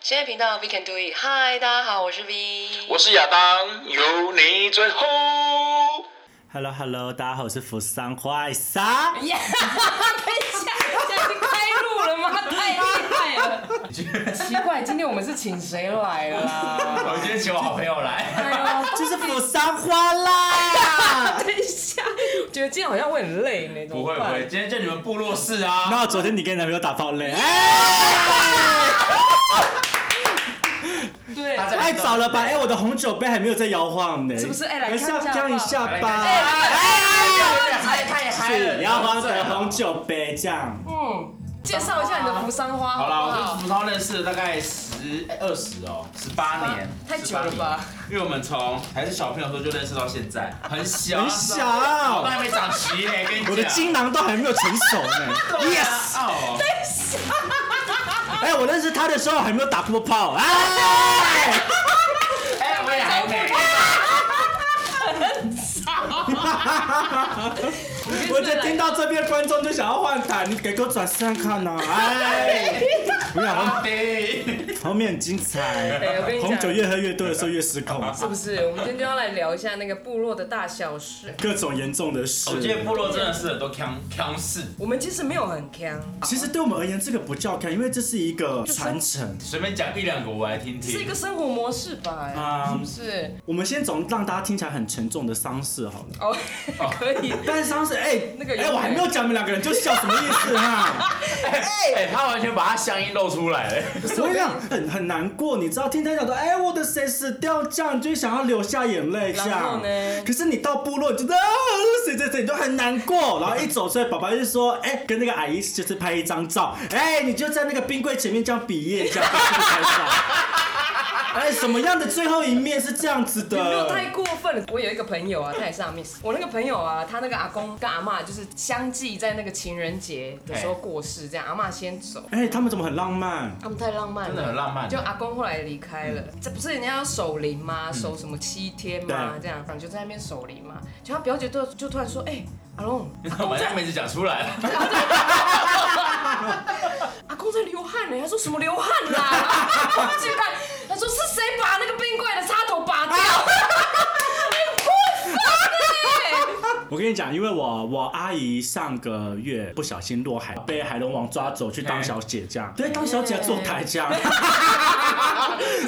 深夜频道 We Can Do It。嗨，大家好，我是 V。我是亚当，有你最后。 Hello Hello，大家好，我是扶桑花哎莎。呀，等一下，这样是开路了吗？太厉害了！奇怪，今天我们是请谁来了啊？我今天请我好朋友来，哎呦，就是扶桑花哎啦。等一下，觉得今天好像会很累呢，怎 不么会办不会，今天就你们部落事啊。然后昨天你跟男朋友打炮嘞？哎，对，大家太早了吧？哎，我的红酒杯还没有在摇晃呢。是不是哎来还是要看一下看一下好不好吧。哎哎太太嗨了，是摇晃的红酒杯这样。嗯，介绍一下你的扶桑花好好啦，不我跟好？福涛认识了大概十二十哦，十八年，太久了吧18年？因为我们从还是小朋友的时候就认识到现 在，很小，很小我还没长齐嘞，跟你讲。我的精囊都还没有成熟 呢。 yes，哦，哎，我认识他的时候还没有打过炮。哎，哎，我也还没。我就听到这边观众就想要换台，你给我转身看呐、 哎，不要，后阿弟，后面很精彩哎我跟。你讲红酒越喝越多的时候越失控，是不是？我们今天就要来聊一下那个部落的大小事。各种严重的事我。觉得部落真的是很多腔腔事，我们其实没有很强，其实对我们而言，这个不叫看，因为这是一个传承。随便讲一两个我来听听。是一个生活模式吧？哎啊是不是？我们先总让大家听起来很沉重的丧事好了。哦，可以。但是丧事，哎、那个有哎、我还没有讲你们两个人就笑，什么意思啊？哎，他完全把他乡音露出来了。所以啊讲很很难过，你知道，听他讲说，哎、我的谁死掉，这样你就想要流下眼泪，这然后样呢。可是你到部落，你觉得啊，谁谁谁，你就很难过。然后一走出来，爸爸就说，哎、跟那个阿姨就是拍一张照，哎、你就在那个冰柜前面这样比耶，这样这样拍 照。哎，什么样的最后一面是这样子的？没有太过分了。我有一个朋友啊，他也是阿 miss。我那个朋友啊，他那个阿公跟阿嬷就是相继在那个情人节的时候过世，这样阿嬷先走，哎、他们怎么很浪漫？他们太浪漫了，真的很浪漫啊嗯就阿公后来离开了，这不是人家要守灵吗？守什么七天吗？对这样，反正就在那边守灵嘛。就他表姐就就突然说，哎、阿 龙，把这名字讲出来 了，阿公在流汗呢。他说什么流汗啦？我记得他说是谁把那个冰柜的插头拔掉？我跟你讲，因为我我阿姨上个月不小心落海，被海龙王抓走去当小姐这样，对，当小姐做台这样。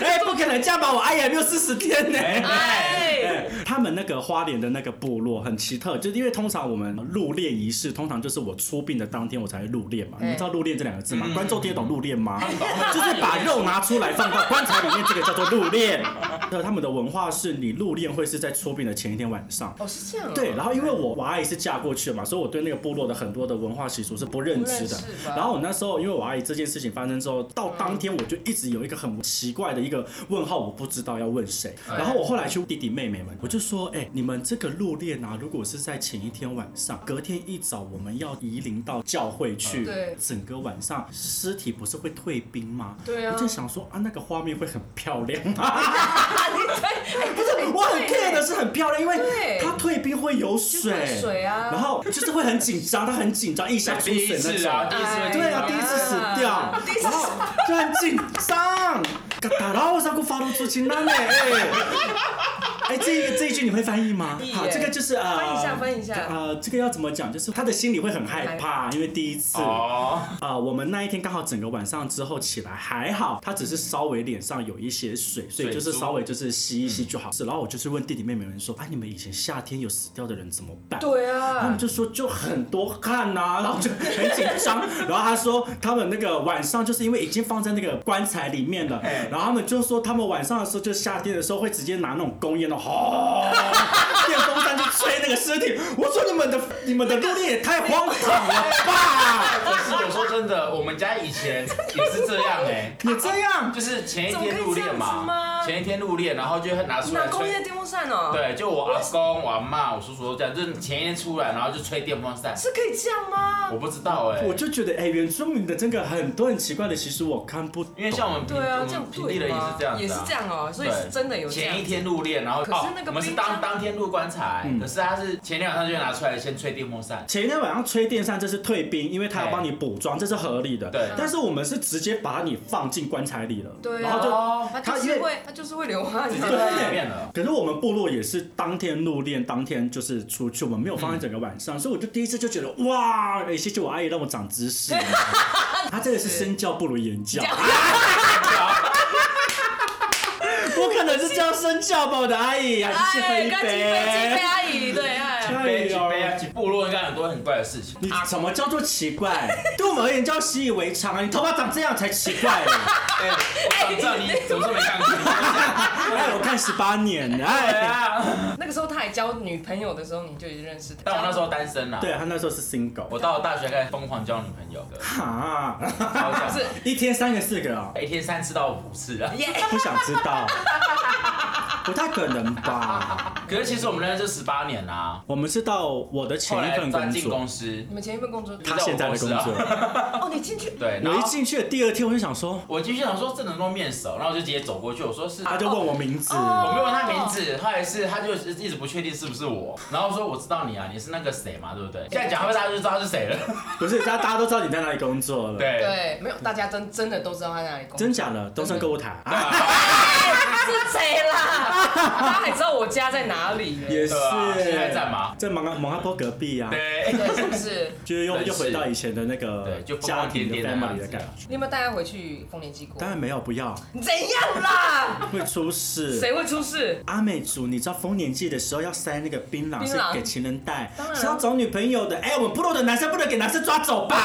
哎，不可能这样吧？我阿姨还没有四十天呢。哎，哎他们那个花莲的那个部落很奇特，就是因为通常我们入殓仪式，通常就是我出殡的当天我才会入殓嘛。哎你们知道入殓这两个字吗？嗯观众听得懂入殓吗？ 就是把肉拿出来放到棺材里面，这个叫做入殓。 那他们的文化是你入殓会是在出殡的前一天晚上。哦是这样、哦。对，然后因为我我阿姨是嫁过去的嘛，所以我对那个部落的很多的文化习俗是不认知的不认识。吧然后我那时候因为我阿姨这件事情发生之后，到当天我就一直有一个很奇怪的一个问号，我不知道要问谁。哎然后我后来去弟弟妹妹们，我就说，哎、你们这个入殓啊，如果是在前一天晚上，隔天一早我们要移灵到教会去，嗯对整个晚上尸体不是会退冰吗？对啊我就想说啊，那个画面会很漂亮吗？ 哎，不是我很 care 的是很漂亮，因对为它退冰会有就水，会水啊然后就是会很紧张，它很紧张，一下出第一水那次啊，种。第一次，对啊，哎第一呀次死掉，啊然后就很紧张。打到我上过发露出清单呢，哎，哎，这一个这一句你会翻译吗翻译？耶好，这个就是呃，翻译一下翻译一下呃，这个要怎么讲？就是他的心里会很害怕，因为第一次。哦，啊、我们那一天刚好整个晚上之后起来还好，他只是稍微脸上有一些水，所以就是稍微就是吸一吸就好。是，然后我就是问弟弟妹妹们说，啊，你们以前夏天有死掉的人怎么办？。对他啊们，就说就很多汗呐、然后就很紧张。然后他说他们那个晚上就是因为已经放在那个棺材里面了，然后他们就说他们晚上的时候就夏天的时候会直接拿那种公烟的哦吼电风扇去吹那个尸体。我说你们的你们的入殓也太荒唐了吧！可是我说真的，我们家以前也是这样哎，你这 样就是前一天怎么可以入这殓样子吗嘛，前一天入殓，然后就会拿出拿来工业吹。电风扇哦、，对，就我阿公、我阿妈、我叔叔都这样，就是前一天出来，然后就吹电风扇。是可以这样吗？我不知道哎，我就觉得，哎、原住民的这个很多很奇怪的习俗，我看不懂。因为像我们平对啊我这样们平地人也是这样子啊也是这样哦，所以对是真的有这样前一天入殓，然后可是那哦个我们是冰箱当当天入棺材嗯，可是他是前天晚上就拿出来先吹电风扇，前一天晚上吹电扇，这是退冰，因为他要帮你补妆，这是合理的。对但是我们是直接把你放进棺材里了，对然后就。啊，他他就因是为会他就是会流汗直接啊，在里面了。可是我们部落也是当天入殓，当天就是出去，我们没有放在整个晚上，嗯所以我就第一次就觉得哇，哎，谢谢我阿姨让我长知 识。他真的是身教不如言教，不可能是这样身教吧，我的阿姨，还是去喝哎，一干净杯，金杯杯。阿姨，对，哎，哎背呦背啊，部落应该很多很怪的事情。你什么叫做奇怪？ 对我们而言叫习以为常啊！你头发长这样才奇 怪呢。哎，我知道你怎么说没看过。 哎，我看十八年了，对哎，啊，那个时候他还交女朋友的时候，你就已经认识他。但我那时候单身啦。对，他啊那时候是 single，我到大学开始疯狂交女朋友的， 哈，超强是一天三个四个啊、一天三次到五次啊。耶，不想知道， 不太可能吧？可是其实我们认识十八年啦，我们是到我的前后一来份转工进作，公司，你们前一份工作，他现在的工你知道我啊 作，哦，你进去，对，然我一后进去的第二天我就想 说，我进去想说这能够面熟，然后我就直接走过去，我说是，他就问我名 字，我哦没有问他名字，后来是他就一直不确定是不是我，然后说我知道你啊，你是那个谁嘛，对不对？现在讲话大家就知道是谁了。不是，大家大家都知道你在哪里工作了，，对，对，没有，大家真真的都知道他在哪里工作。真假的，东山购物台啊，是谁啦？ 大家还知道我家在哪里？也是对啊现在在吗在蒙阿蒙阿波隔壁啊，对，对，是不是？就是又对又回到以前的那对个就疯家疯庭癫的癫的 family 的样子啊感觉。你有没有带他回去丰年祭过？当然没有，不要怎样啦？会出 事。谁会出事？阿美族，你知道丰年祭的时候要塞那个槟榔槟是榔给情人带当，然是要找女朋友的。哎、我们部落的男生不能给男生抓走吧？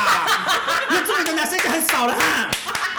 原住民的男生已经很少了哈。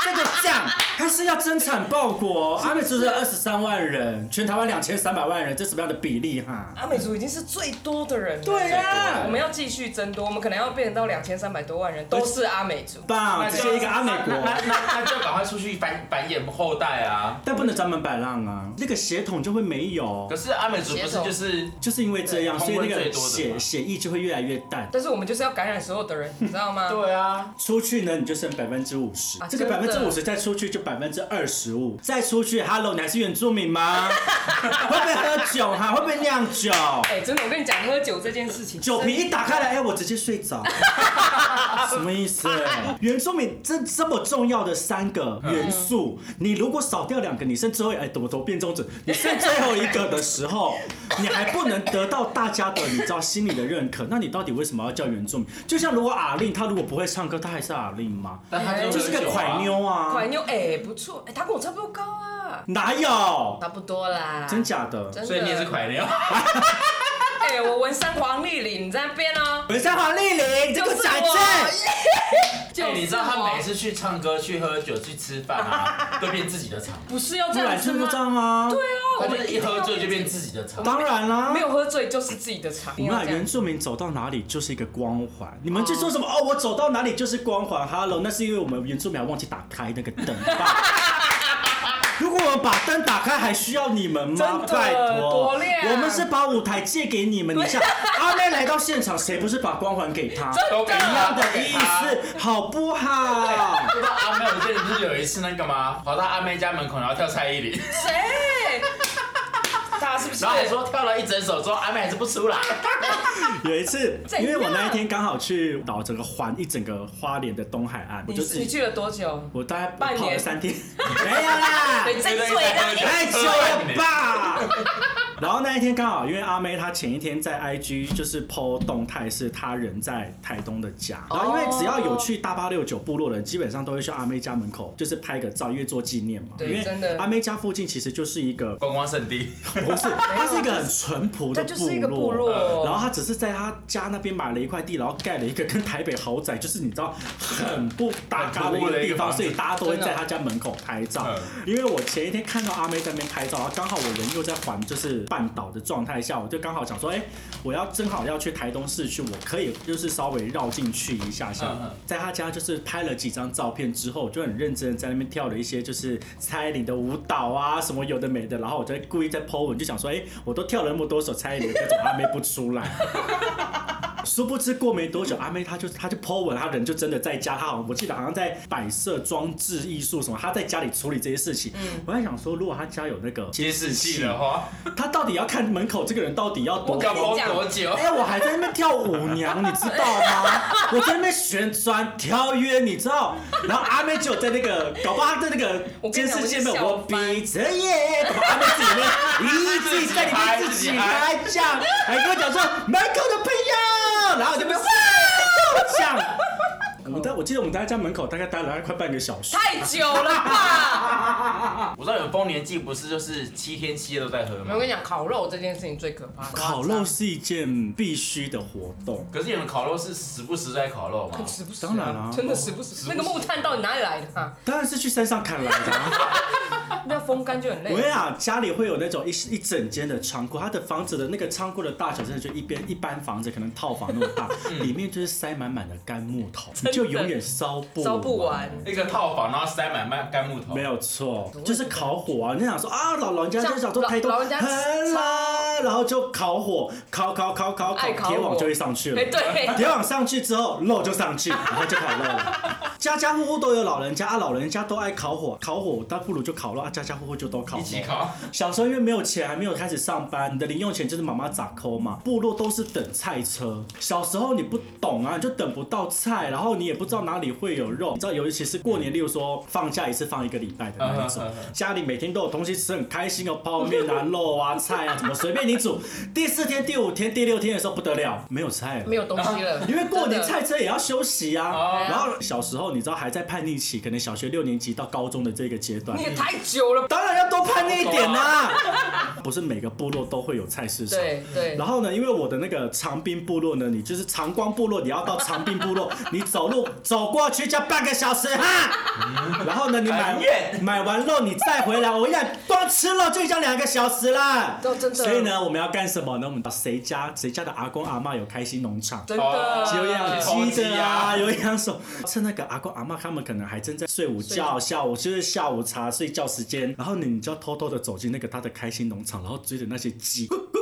这个酱它是要增产报国，阿美族是二十三万人，全台湾两千三百万人，这什么样的比例哈？阿美族已经是最多的人了。对啊我们要继续增多，我们可能要变成到两千三百多万人，都是阿美族。棒，那这就是啊一个阿美那国那，那那就赶快出去繁繁衍后代啊！但不能专门摆烂啊，那个血统就会没有可。是阿美族不是就是就是因为这样，所对以那同温个最多的血嘛血液就会越来越淡。但是我们就是要感染所有的人，你知道吗？ 对啊，出去呢，你就剩百分之五十啊，这个百分真之的五十再出去就百分之二十五，再出去，Hello，你还是原住民吗？ 会不会喝酒哈？会不会酿酒？哎、真的，我跟你讲，喝酒这件事情，酒瓶一打开来，哎、我直接睡 着，什么意思？原住民这这么重要的三个元素，嗯你如果少掉两个，你剩最后哎，我都变种子，你剩最后一个的时候， 你还不能得到大家的你知道心理的认可，那你到底为什么要叫原住民？就像如果阿令他如果不会唱歌，他还是阿令吗？但他哎就是个蒯妞啊快，妞，哎、不错，哎、他跟我差不多高啊，哪有？差不多啦，真假的？真的，所以你也是蒯妞，哎、我文山黄丽玲，你在那边哦、文山黄丽玲，这就个是假我证，，就是哦我哎你知道他每次去唱歌、去喝酒、去吃饭啊，都变自己的场，不是要不这样然子就是吗这？样啊。对啊，我他就们是一喝醉就变自己的场。当然啦、没有喝醉就是自己的场，我们俩这样原住民走到哪里就是一个光环，你们就说什么哦，我走到哪里就是光环，Hello，那是因为我们原住民还忘记打开那个灯吧。 如果我们把灯打开，还需要你们吗真？的拜托多亮，我们是把舞台借给你们。你像阿妹来到现场，谁不是把光环给她？都给一他样的意。思，好不啊好？说到阿妹，我记得你不是有一次那个吗？跑到阿妹家门口，然后跳蔡 依林，谁？他是不是？然后还说跳了一整首之后，阿妹还是不出来。 有一次怎，样因为我那一天刚好去导整个环一整个花莲的东海岸，我你就自你己，去了多久？我大概半跑了年三 天，没有啦，你真醉啦！太久了 吧！然后那一天刚好，因为阿妹她前一天在 IG 就是 PO 动态，是她人在台东的家。哦然后因为只要有去大八六九部落的人，基本上都会去阿妹家门口，就是拍个照，因为做纪念嘛。对因真的为阿妹家附近其实就是一个，观光圣 地， 不是，它是一个很淳朴 这的就是一个部落，然后他只是在他家那边买了一块地，然后盖了一个跟台北豪宅，就是你知道很不搭嘎的一个地方，所以大家都会在他家门口拍照嗯。 因为我前一天看到阿妹在那边拍照，然后刚好我人又在环就是半岛的状态下，我就刚好想说，哎，我要正好要去台东市区，我可以就是稍微绕进去一下下嗯嗯。在他家就是拍了几张照片之后，我就很认真的在那边跳了一些就是蔡依林的舞蹈啊，什么有的没的，然后我就故意在 po 文，就想说，哎，我都跳了那么多首蔡依林的歌，怎么阿妹不出来？殊不知过没多久，阿妹她就她就 po 文，她人就真的在家，她好像我记得好像在摆设装置艺术什么，她在家里处理这些事情。我在想说，如果她家有那个监视器的话，她到底要看门口这个人到底要多我跟要你包讲多久？哎、我还在那边跳舞娘，你知道吗？ 我在那边旋转跳跃，你知道？然后阿妹就在那个，搞不好她在那个我跟监你讲视界面，我是我小班闭着眼，搞不好阿妹自己呢，咦，自己在里面自己拍这样，还跟我讲说门口的朋友，然后我 就被哇这样。我们在我记得我们待在家门口大概待了大概快半个小时，太久了吧？ 我知道有丰年祭不是就是七天七夜都在喝吗我？跟你讲，烤肉这件事情最可怕。烤肉是一件必须的活动。可是你们烤肉是时不时在烤肉吗？时不时啊当然啊真的时不时。那个木炭到底哪里来的啊？当然是去山上砍来的、啊。那风干就很我跟累你。讲，家里会有那种一一整间的仓库，它的房子的那个仓库的大小真的就一边一般房子可能套房那么 大，嗯里面就是塞满满的干木头，你就永远烧不啊烧不完。一个套房，然后塞满麦干木头，没有错，就是烤火啊！你想说啊，老老人家像就想说老台东老人家很啦，然后就烤火，烤烤烤哎烤爱烤铁网火就会上去了。哎，对，铁网上去之后，肉就上去，然后就烤肉了。 家家户户都有老人家，啊，老人家都爱烤火，烤火但不如就烤肉啊，家家户户就都烤一肉。起烤。小时候因为没有钱，还没有开始上班，你的零用钱就是妈妈咋抠嘛。部落都是等菜车，小时候你不懂啊，你就等不到菜，然后你也不知道哪里会有肉。你知道，尤其是过年，例如说放假一次放一个礼拜的那一种嗯嗯嗯，家里每天都有东西吃，很开心哦，泡面啊、肉啊、菜啊，怎么随便你 煮。第四天、第五天、第六天的时候不得了，没有菜了没。有东西了。因为过年真的菜车也要休息啊哦，然后小时候你知道还在叛逆期，可能小学六年级到高中的这个阶段你，也太久了吧。当然要多叛逆一点啦、 不是每个部落都会有菜市场。对对然，后呢，因为我的那个长滨部落呢，你就是长光部落，你要到长滨部落，你走路走过去就半个小时哈。然后呢，你买很远买完肉你再回来，我跟你讲，光吃肉就已经两个小时啦。都真的所以呢，我们要干什么呢？我们把谁家谁家的阿公阿妈有开心农场，真的。有养鸡鸡的啊，啊有养手。趁那个阿公阿妈他们可能还正在睡午觉，下午就是下午茶睡觉时间，然后你就要偷偷的走进那个他的开心农场，然后追着那些鸡，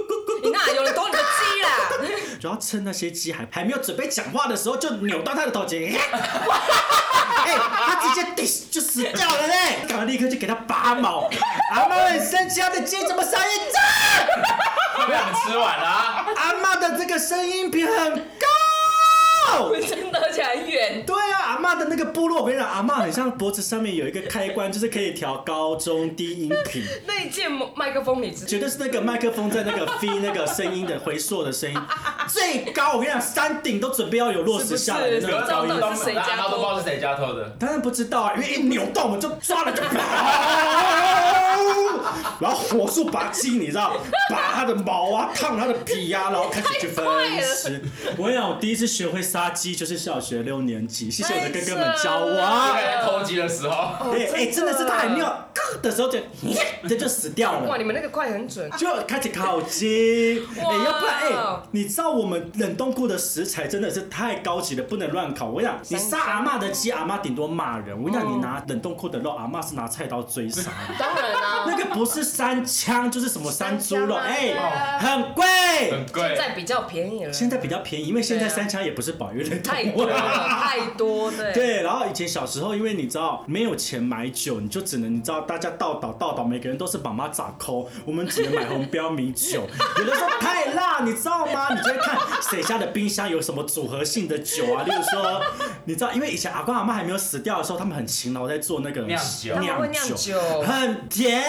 你那有人懂你的 鸡啦？然后趁那些鸡还还没有准备讲话的时候，就扭断他的头颈。 哎、他直接顶就死掉了嘞！赶快立刻就给他拔毛， 阿妈很生气，他的鸡怎么少一只？被我们吃完了啊。阿妈的这个声音比很高，真的，而且很远。对啊，阿嬷的那个部落，我跟你讲，阿嬷很像脖子上面有一个开关，就是可以调高中低音频，那一件麦克风你知绝对是那个麦克风在那个 飞那个声音的回溯的声音最高。我跟你讲，山顶都准备要有落实下来的那种可是高到音底。到底是谁家偷的大家都不知道是谁家偷的。当然不知道啊，因为一扭动我们就抓了就，然后火速拔鸡，你知道，拔它的毛啊，烫它的皮啊，然后开始去分食。我跟你讲，我第一次学会杀鸡就是小学六年级，谢谢我的哥哥们教我啊。大概在偷鸡的 时候，哦哎、哎，真的是他还没有咯的时候就，这就死掉哇，了。你们那个快很准。就开始烤鸡，哎、哇要不然哎、你知道我们冷冻库的食材真的是太高级了，不能乱烤。我跟你讲，你杀阿妈的鸡，阿妈顶多骂人；我跟你讲，你拿冷冻库的肉，阿妈是拿菜刀追杀的。当然啦、那个不是三枪就是什么山猪肉，哎、三枪啊很贵。很现贵。在比较便宜了。现在比较便宜，因为现在对啊三枪也不是保育冷冻太库多了，太多对。对，然后以前小时候，因为你知道没有钱买酒，你就只能你知道大家倒倒倒倒，每个人都是妈妈咋抠，我们只能买红标米 酒，有的时候太辣，你知道吗？你就会看谁家的冰箱有什么组合性的酒啊，例如说，你知道，因为以前阿公阿妈还没有死掉的时候，他们很勤劳在做那个酿酒他们会酿酒很甜。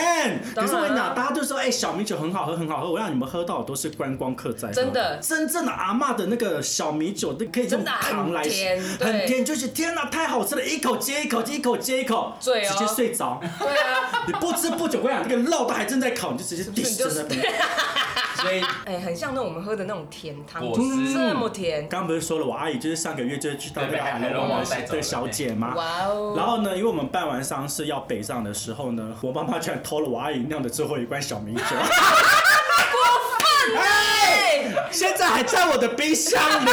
可当是我跟你然讲，啊大家就说，哎、小米酒很好喝，很好喝，我让你们喝到的都是观光客在喝真的真正的阿嬷的那个小米酒，那可以用真的很糖来甜很对甜。就是天哪，太好吃了，一口接一口，一口接一口，醉哦直接睡着。对啊，你不知不觉，我跟你讲，那个肉都还正在烤，你就直接是你就在那边。所以哎、很像那种我们喝的那种甜汤，果汁这么甜。刚刚不是说了，我阿姨就是上个月就去到那对个被海海龙龙王王带走的了小姐嘛。哇哦！然后呢，因为我们办完丧事要北上的时候呢，我妈妈居然偷了我阿姨酿的最后一罐小米酒，哎，现在还在我的冰箱里。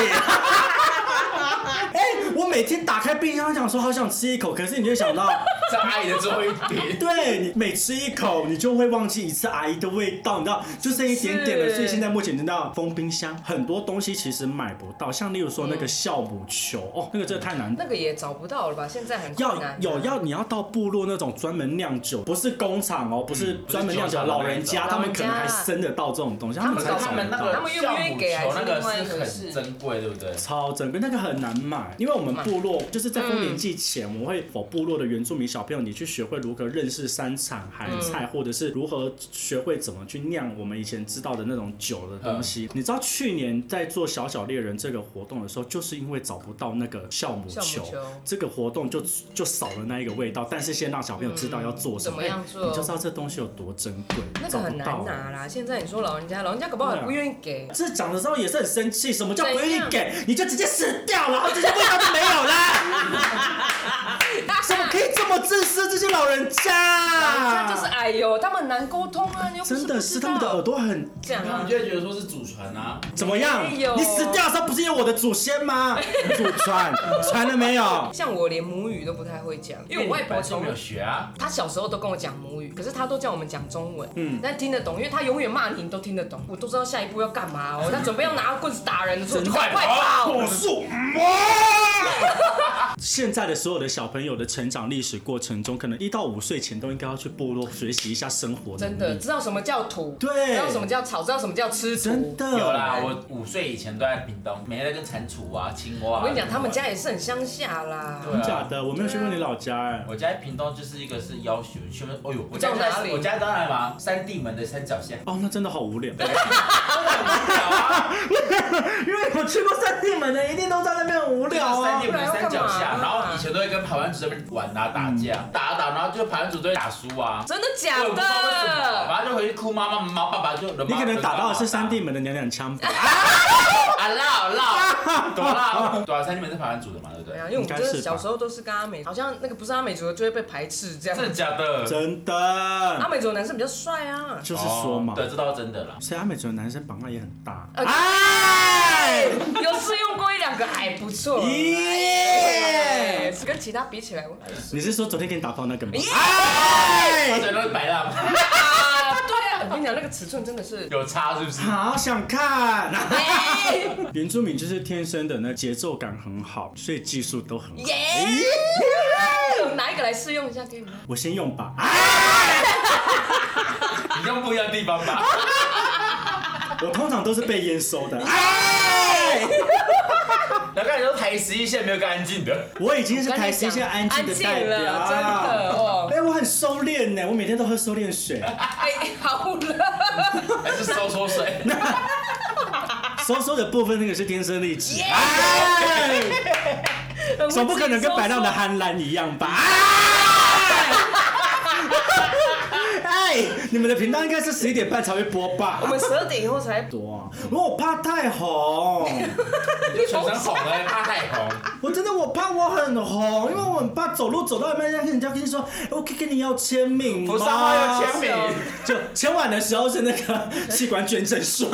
哎、我每天打开冰箱想说好想吃一口，可是你就想到是阿姨的最后一点。对你每吃一口，你就会忘记一次阿姨的味道，你知道，就剩一点点了。是所以现在目前你知道封冰箱，很多东西其实买不到，像例如说那个酵母球，哦，那个真的太难。那个也找不到了吧？现在很要困难啊有要你要到部落那种专门酿酒，不是工厂哦，不是嗯专门酿酒不，是酒厂老人家老人他们可能还家生得到这种东西，他 他们们才搞他想们得那到个他们愿不愿意给酵还是母球那个另外一是回事很珍贵，对不对？超珍贵，那个很难买，因为我们部落就是嗯在丰年祭前，我们会否部落的原住民小朋友，你去学会如何认识山产、海嗯菜，或者是如何学会怎么去酿我们以前知道的那种酒的东西。嗯你知道去年在做小小猎人这个活动的时候，就是因为找不到那个酵母酵球母球，这个活动就就少了那一个味道。但是先让小朋友知道要做什怎么样做你就知道这东西有多珍贵，那个找不很难到。啊拿啦。现在你说老人家，老人家搞不好也不愿意给。这讲的时候也是很生气，什么叫不愿怎意样给，你就直接死掉，然后这些味道就没有 啦。怎啊么可以这么自私？这些老人现在家，就是哎呦，他们很难沟通啊，你又不是啊真的不是知他们的道耳朵很这样他啊们。就会觉得说是祖传啊，怎么样？没有你死掉的时候不是有我的祖先吗？ 祖传传了没有？像我连母语都不太会讲，因为我外婆本身从没有学啊，她小时候都跟我讲母语，可是她都叫我们讲中文，嗯，但听得懂，因为她永远骂你，你都听得懂，我都知道下一步要干嘛 哦。她准备要拿棍子打人的时候，就快快跑！火速！ 现在的所有的小朋友的成长历史过程中，可能一到五岁前都应该要去部落学习一下生活能真力的，知道什么叫土，对知道什么叫草，知道什么叫吃真土。的有啦，我五岁以前都在屏东，每天在跟蟾蜍啊、青蛙啊。我跟你讲，他们家也是很乡下啦。对真啊假的，我没有去过你老家哎、我家在屏东就是一个是要求，去问哦呦，我叫家哪在里我家当然嘛，三地门的三角线。哦，那真的好无聊，啊， 因为我去过三地门的，一定都在那边很无聊三啊地。门的三角不然要下，干嘛然后以前都会跟排湾族那边玩啊、打架，嗯打啊打，然后就排湾族都会打输啊。真的我假也不知道为什么，的？反正就回去哭妈妈，妈妈爸爸就你你可能打到的是三地门的娘娘腔吧？ 啊，辣辣，多辣，对啊，三地门是排湾族的嘛，对不对对啊，？因为我应们该真是吧的小时候都是跟阿美，好像那个不是阿美族的就会被排斥这样。真的假的？真阿的，美族的男生比较帅啊。就是说嘛哦，对，这倒是真的啦。所以阿美族的男生膀胱也很大。呃哎，有试用过一两个还不哎错。耶！跟其他比起来，我还是你是说昨天给你打炮那个吗？他哎，嘴都是白 浪，啊，对啊，我跟你讲，那个尺寸真的是，有差是不是？好想看。啊哎 原住民就是天生的那节奏感很好，所以技术都很好。哎耶！拿一个来试用一下，可以吗？我先用吧。你用不一样的地方吧。 我通常都是被验收 的。哎难怪你说台十一线没有个安静的。我已经是台西县安静的代表安静了真的哦哎、我很收敛呢，我每天都喝收敛 水，哎，好了，还是收缩 水。收缩的部分那个是天生丽质。耶哎，总不可能跟白浪的憨兰一样吧？哎，哎你们的频道应该是十一点半才会播吧我？们十二点以后才多啊，我怕太红，就全身红 了，怕太红。我真的我怕我很红，因为我很怕走路走到一半，人家跟人家跟你说，我可以跟你要签名吗？扶桑花要签名，就签完的时候是那个器官捐赠书。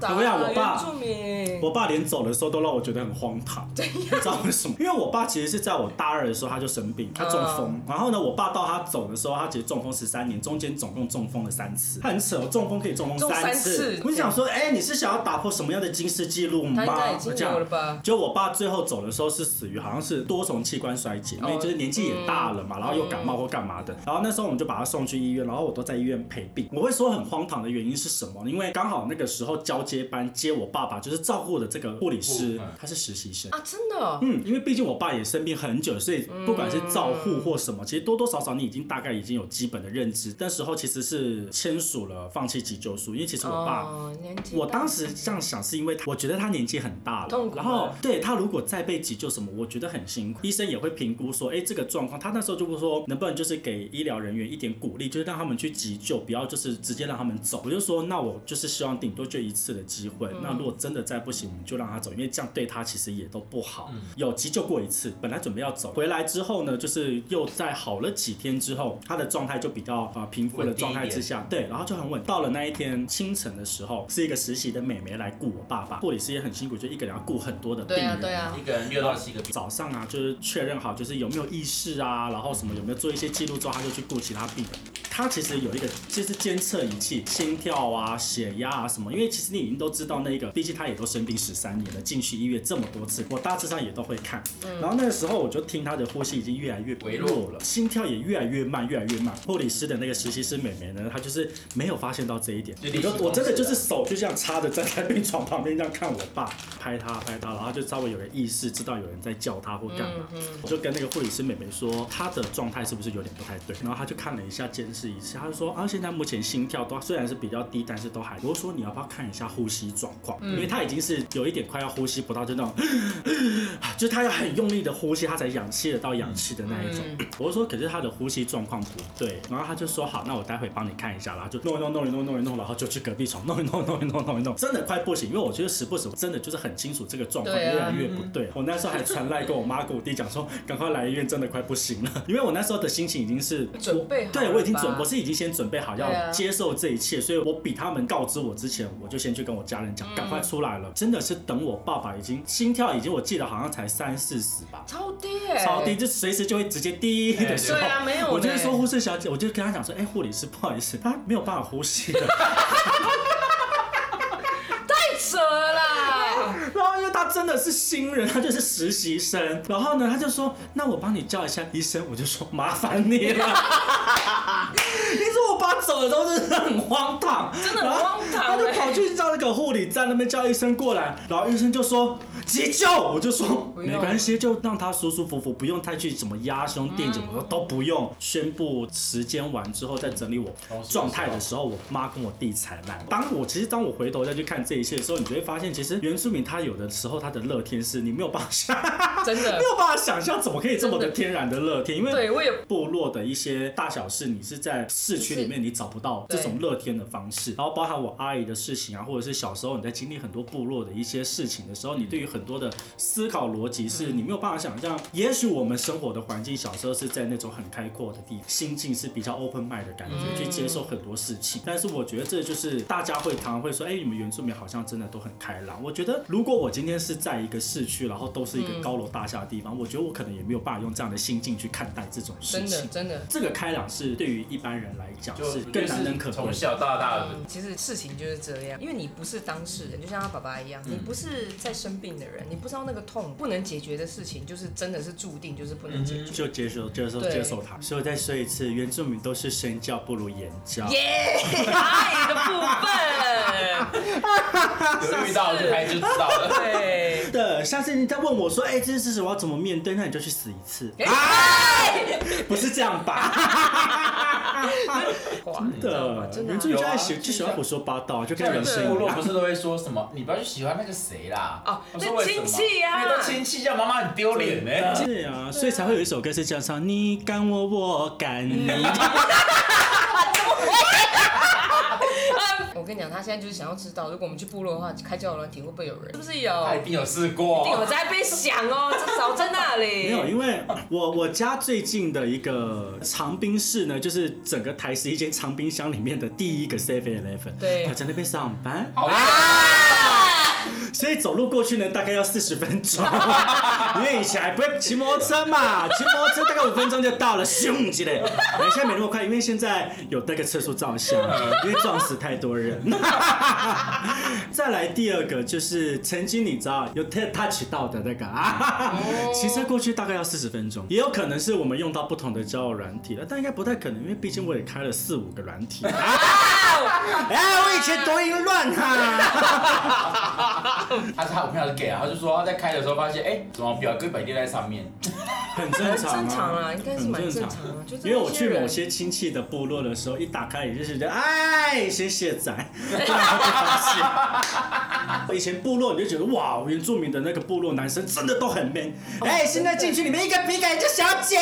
怎么样我爸原住民，我爸连走的时候都让我觉得很荒唐，你知道为什么？因为我爸其实是在我大二的时候他就生病，他中嗯风，然后呢，我爸到他走的时候，他其实中风十三年，中间总共中风了三次，他很扯，中风可以中风中三三次次。我就想说，哎，你是想要打破什么样的金氏记录吗？他应该已经这样有了吧？就我爸最后走的时候是死于好像是多重器官衰竭，因为就是年纪也大了嘛，然后又感冒或干嘛的。然后那时候我们就把他送去医院，然后我都在医院陪病。我会说很荒唐的原因是什么？因为刚好那个时候交接班接我爸爸就是照顾的这个护理师护嗯，他是实习生。啊，真的哦，嗯，因为毕竟我爸也生病很久，所以不管是照护或什么，其实多多少少你已经大概已经有基本的认知。那时候其实是签署了放弃急救书，因为其实我爸哦，年纪大我当时这样想，是因为我觉得他年纪很大痛了，苦然了后对他如果再被急救什么，我觉得很辛苦。医生也会评估说，哎，这个状况，他那时候就会说，能不能就是给医疗人员一点鼓励，就是让他们去急救，嗯不要就是直接让他们走。我就说，那我就是希望顶多就一次的机会，那如果真的再不行，我们就让他走，因为这样对他其实也都不好。嗯有急救过一次，本来准备要走，回来之后呢，就是又在好了几天之后，他的状态就比较啊、呃平复的稳定状态一点之下，对，然后就很稳。到了那一天清晨的时候，是一个实习的美眉来顾我爸爸，护理师也很辛苦，就一个人要顾很多的病对人。啊对啊，一个人虐到七个病，早上啊，就是确认好就是有没有意识啊，然后什么有没有做一些记录之后，他就去顾其他病人。他其实有一个就是监测仪器，心跳啊、血压啊什么，因为其实你已经都知道那个，毕竟他也都生病十三年了，进去医院这么多次，我大致上也都会看。然后那个时候我就听他的呼吸已经越来越微弱了，心跳也越来越慢，越来越慢。护理师的那个实习师美眉呢，她就是没有发现到这一点，就例你行就公事我真的的就是手就这样插着站在病床旁边这样看我爸，拍他拍他，然后他就稍微有个意识，知道有人在叫他或干嘛，我就跟那个护理师妹妹说他的状态是不是有点不太对，然后他就看了一下监视仪器，他就说啊现在目前心跳都虽然是比较低，但是都还，我就说你要不要看一下呼吸状况，因为他已经是有一点快要呼吸不到，就那种。就是他要很用力的呼吸，他才氧气得到氧气的那一种。我就说，可是他的呼吸状况不对，然后他就说好，那我待会帮你看一下啦，就弄一弄弄一弄弄一弄，然后就去隔壁床弄一弄弄一弄弄一弄，真的快不行，因为我觉得时不时我真的就是很清楚这个状况对啊越来越不对。我那时候还传赖跟我妈跟我弟讲说，赶快来医院，真的快不行了，因为我那时候的心情已经是准备好了吧对我已经准，我是已经先准备好对要啊接受这一切，所以我比他们告知我之前，我就先去跟我家人讲，赶快出来嗯了。真的是等我爸爸已经心跳已经，我记得好像才三四十吧，超低耶，超低，就随时就会直接滴的时候，对啊没有我就会嘞说护士小姐，我就跟她讲说，哎，护理师，不好意思，她没有办法呼吸的。太扯了啦，然后因为他真的是新人，他就是实习生，然后呢，他就说，那我帮你叫一下医生，我就说麻烦你了。 你说我爸走的时候真的很荒唐，真的很荒唐他就欸跑去叫那个护理站那边叫医生过来，然后医生就说急救，我就说不用没关系，就让他舒舒服服，不用太去怎么压胸嗯垫什么的都不用。宣布时间完之后再整理我哦是状态的时候，我妈跟我弟才来。当我其实当我回头再去看这一切的时候，你就会发现，其实原住民他有的时候他的乐天是你没有办法想， 真的没有办法想象怎么可以这么的真的天然的乐天，因为对我也部落的一些大小事，你是在市区里面你找不到这种乐天的方式。然后包含我阿姨的事情啊，或者是小时候你在经历很多部落的一些事情的时候，你对于很多的思考逻辑是你没有办法想象。也许我们生活的环境小时候是在那种很开阔的地方，心境是比较 open mind 的感觉，去接受很多事情。但是我觉得这就是大家会常常会说，哎，你们原住民好像真的都很开朗。我觉得如果我今天是在一个市区，然后都是一个高楼大厦的地方，我觉得我可能也没有办法用这样的心境去看待这种事真的情。真的。这个开朗是对于一般人来讲就是更难能可就是从贵。小到大的 嗯其实事情就是这样，因为你不是当事人，就像他爸爸一样，嗯你不是在生病的人，你不知道那个痛不能解决的事情，就是真的是注定就是不能解决。就接受接受对接受它，所以我再说一次，原住民都是身教不如言教。耶， 爱的部分，有遇到就开就知道了。 对，的，下次你再问我说，哎、这件事情我要怎么面对，那你就去死一 次，哎，不是这样吧？ 哇，你知道吗的，真的原啊住民就爱有喜啊就喜欢胡说八道，就跟像人有生些部一落样不。是都会说什么，你不要去喜欢那个谁啦，哦我说为什么那亲戚啊因为都亲戚叫妈妈很丢脸呢。对啊，所以才会有一首歌是这样唱：你赶我，我赶你。我跟你讲，他现在就是想要知道，如果我们去部落的话，开交友软体会不会有人？是不是有？他一定有试一定有过，在那边想 哦，至少在那里。没有，因为我我家最近的一个长滨市呢，就是整个台十一间长滨乡里面的第一个 Seven Eleven。对我在那边上班，好啊所以走路过去呢，大概要四十分钟。因为以前还不会骑摩托车嘛，骑摩托车大概五分钟就到了，咻之类的。哎现在没那么快，因为现在有那个测速照相，因为撞死太多人。再来第二个就是曾经你知道有 t- touch 到的那个啊， 骑车过去大概要四十分钟，也有可能是我们用到不同的交友软体了，但应该不太可能，因为毕竟我也开了四五个软体。啊哎，我以前多淫乱啊哈、他是他我朋友是 gay 啊，他就说他在开的时候发现，哎，怎么表哥摆定在上面？很正常、啊，很正常啊应该是蛮很正正常啊就这因为我些去某人些亲戚的部落的时候，一打开也就是觉得，哎，谢谢 仔， 不然会被发现。以前部落你就觉得哇，原住民的那个部落男生真的都很 man，哎、哦现在进去里面一个比感就小姐，一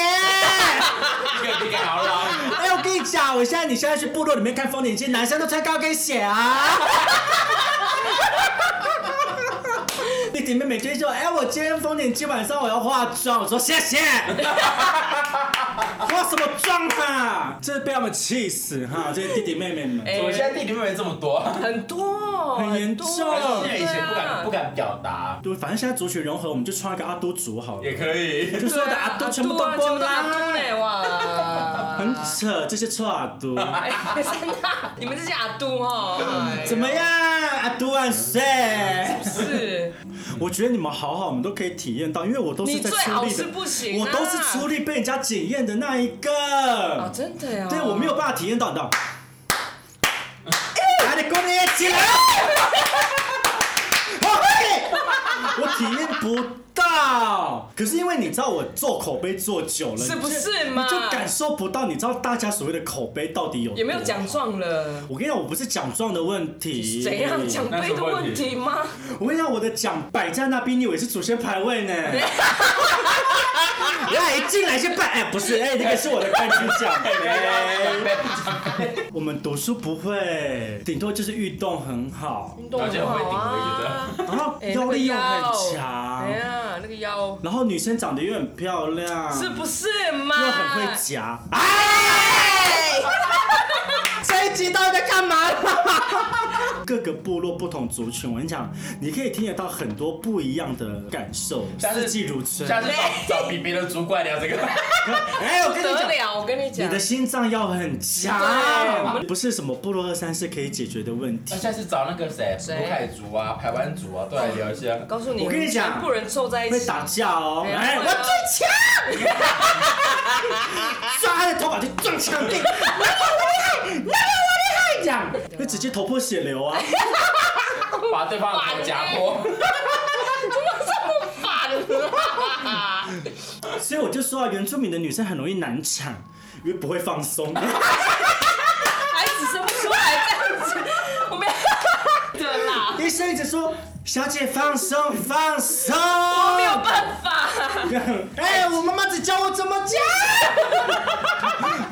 个比一个好 老，哎、我跟你讲，我现在你现在去部落里面看风景区，男生都穿高跟鞋啊。弟妹妹今天说，哎，我今天丰年祭晚上我要化妆，我说谢谢，化什么妆啊？这被他们气死哈，这些弟弟妹妹哎们。怎么现在弟弟妹妹这么多？很多，很严多重还是因为对以啊前不敢不敢表达，对，反正现在族群融合，我们就创一个阿都族好了，也可以。就所有的对啊阿都啊全部都啊过全部哎阿都来，嘞哇！很扯，这些臭阿都。哎真的啊，你们这些阿都哈，哎哦怎么样，阿都万岁！是？我觉得你们好好，我们都可以体验到，因为我都是你在最出好力的是，不行我啊，都是出力被人家检验的那一个。哦，真的呀，对我没有办法体验到，你知道。哎哎来，你过来起来！我会，我体验不到。可是因为你知道，我做口碑做久了，是不是啊你就嘛你就感受不到，你知道大家所谓的口碑到底有也没有多奖好。状了。我跟你讲，我不是奖状的问题，怎样奖杯的问题吗？我跟你啊讲，我的奖摆在那边，你以为是祖先牌 位呢？来，一进来先拜，哎，不是，哎，那个是我的冠军奖哎 杯。我们读书不会，顶多就是运动很好，运而且会顶我觉得。然后啊哎，那腰个力又腰很强哎，呀，那个腰然后女生长得又很漂亮，是不是嘛？嗯又很会啊夹。哎，这一集到底在干嘛啦？各个部落、不同族群，我跟你讲，你可以听得到很多不一样的感受，下次四季如春。下次找找比别的主管聊这个，哎，我不跟你得讲。了，我跟你讲，你的心脏要很对啊我强，不是什么部落二三是可以解决的问题那。 下次找那个谁，卢凯族啊、排湾族啊，都来聊一下。告诉你，我跟你讲全部人凑在一会起 打架哦！对啊哎，我对啊最强！抓他的头发就撞墙壁，哪个我厉害，哪个我厉害，这样会直接头破血流啊！把对方的头夹哦破。反了。所以我就说啊，原住民的女生很容易难产，因为不会放 松。孩子生不出来这样子，我没有的啦，医生一直说：“小姐放松，放松。”我没有办法。 哎、我妈妈只教 我怎么讲。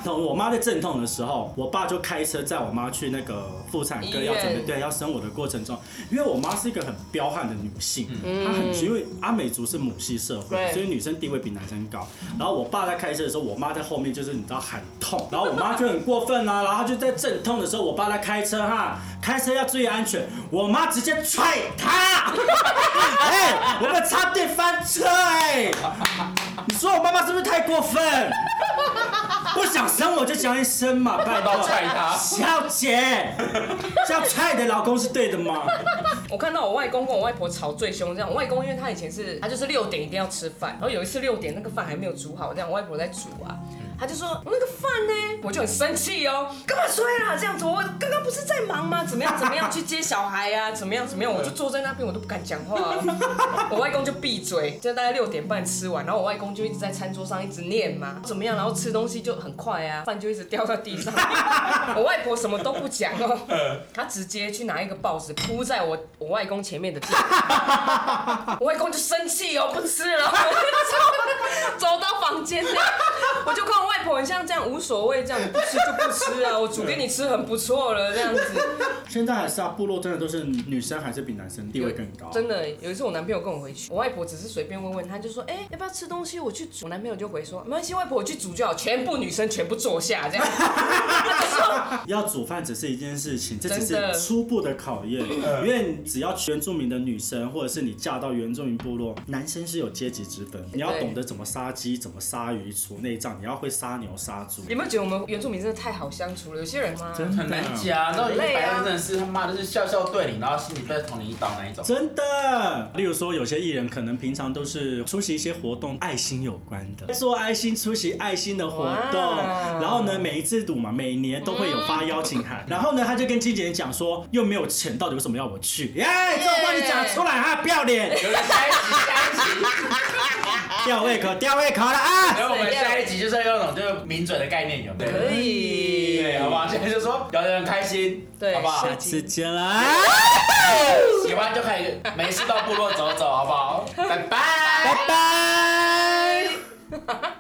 等我妈在阵痛的时候，我爸就开车载我妈去那个妇产科，医院要准备对要生我的过程中，因为我妈是一个很彪悍的女性，她很因为阿美族是母系社会，对所以女生地位比男生高。然后我爸在开车的时候，我妈在后面就是你知道喊痛，然后我妈就很过分啊，然后她就在阵痛的时候，我爸在开车哈，开车要注意安全，我妈直接踹他，哎、我们差点翻车哎、你说我妈妈是不是太过分？不想生我就讲一声嘛，拜到托。踹她小姐，这样踹你的老公是对的吗？我看到我外公跟我外婆吵最凶，这样。我外公因为他以前是，他就是六点一定要吃饭，然后有一次六点那个饭还没有煮好，这样我外婆在煮啊，他就说那个饭呢，我就很生气哦，干嘛催啊这样子？我刚刚不是在忙吗？怎么样怎么样去接小孩啊？怎么样怎么样？我就坐在那边我都不敢讲话、啊， 我外公就闭嘴，就大概六点半吃完，然后我外公就一直在餐桌上一直念嘛，怎么样？然后吃东西就很快啊，饭就一直掉到地上。 我外婆什么都不讲哦，她直接去拿一个报纸铺在我我外公前面的地上， 我外公就生气哦，不吃了， 走走到房间这样，我就看我外婆很像这样无所谓这样，你不吃就不吃啊，我煮给你吃很不错了这样子， 现在还是啊，部落真的都是女生还是比男生地位更高。真的，有一次我男朋友跟我回去，我外婆只是随便问问，她就说，哎、要不要吃东西？我去煮。我男朋友就回说，没关系，外婆我去煮就好，全部女生全部坐下这样。 他就说要煮饭只是一件事情，这只真的是初步的考验。因为只要原住民的女生，或者是你嫁到原住民部落，男生是有阶级之分。你要懂得怎么杀鸡，怎么杀鱼，除内脏，你要会杀牛杀猪。有没有觉得我们原住民真的太好相处了？有些人嘛，真的很难啊讲，那一百个真的是他妈的是笑笑对你，然后心里被捅你一刀那一种。真的，例如说，有些艺人可能平常都是出席一些活动，爱心有关的，做爱心出席爱心的活动，哇然后呢，每一次赌嘛，每年都会有发邀请函，然后呢，他就跟经纪人讲说，又没有钱，到底为什么要我去？ 耶，这我帮你讲出来哈，不要脸，有了下一集，下一 集，吊胃口，吊胃口了 啊！然后我们下一集就是要用那种就是抿嘴的概念，有没有？可以对，好不好？现在就说聊得很开心，对好不好下？下次见啦！喜欢就可以没事到部落走走，好不好？拜拜。 拜拜。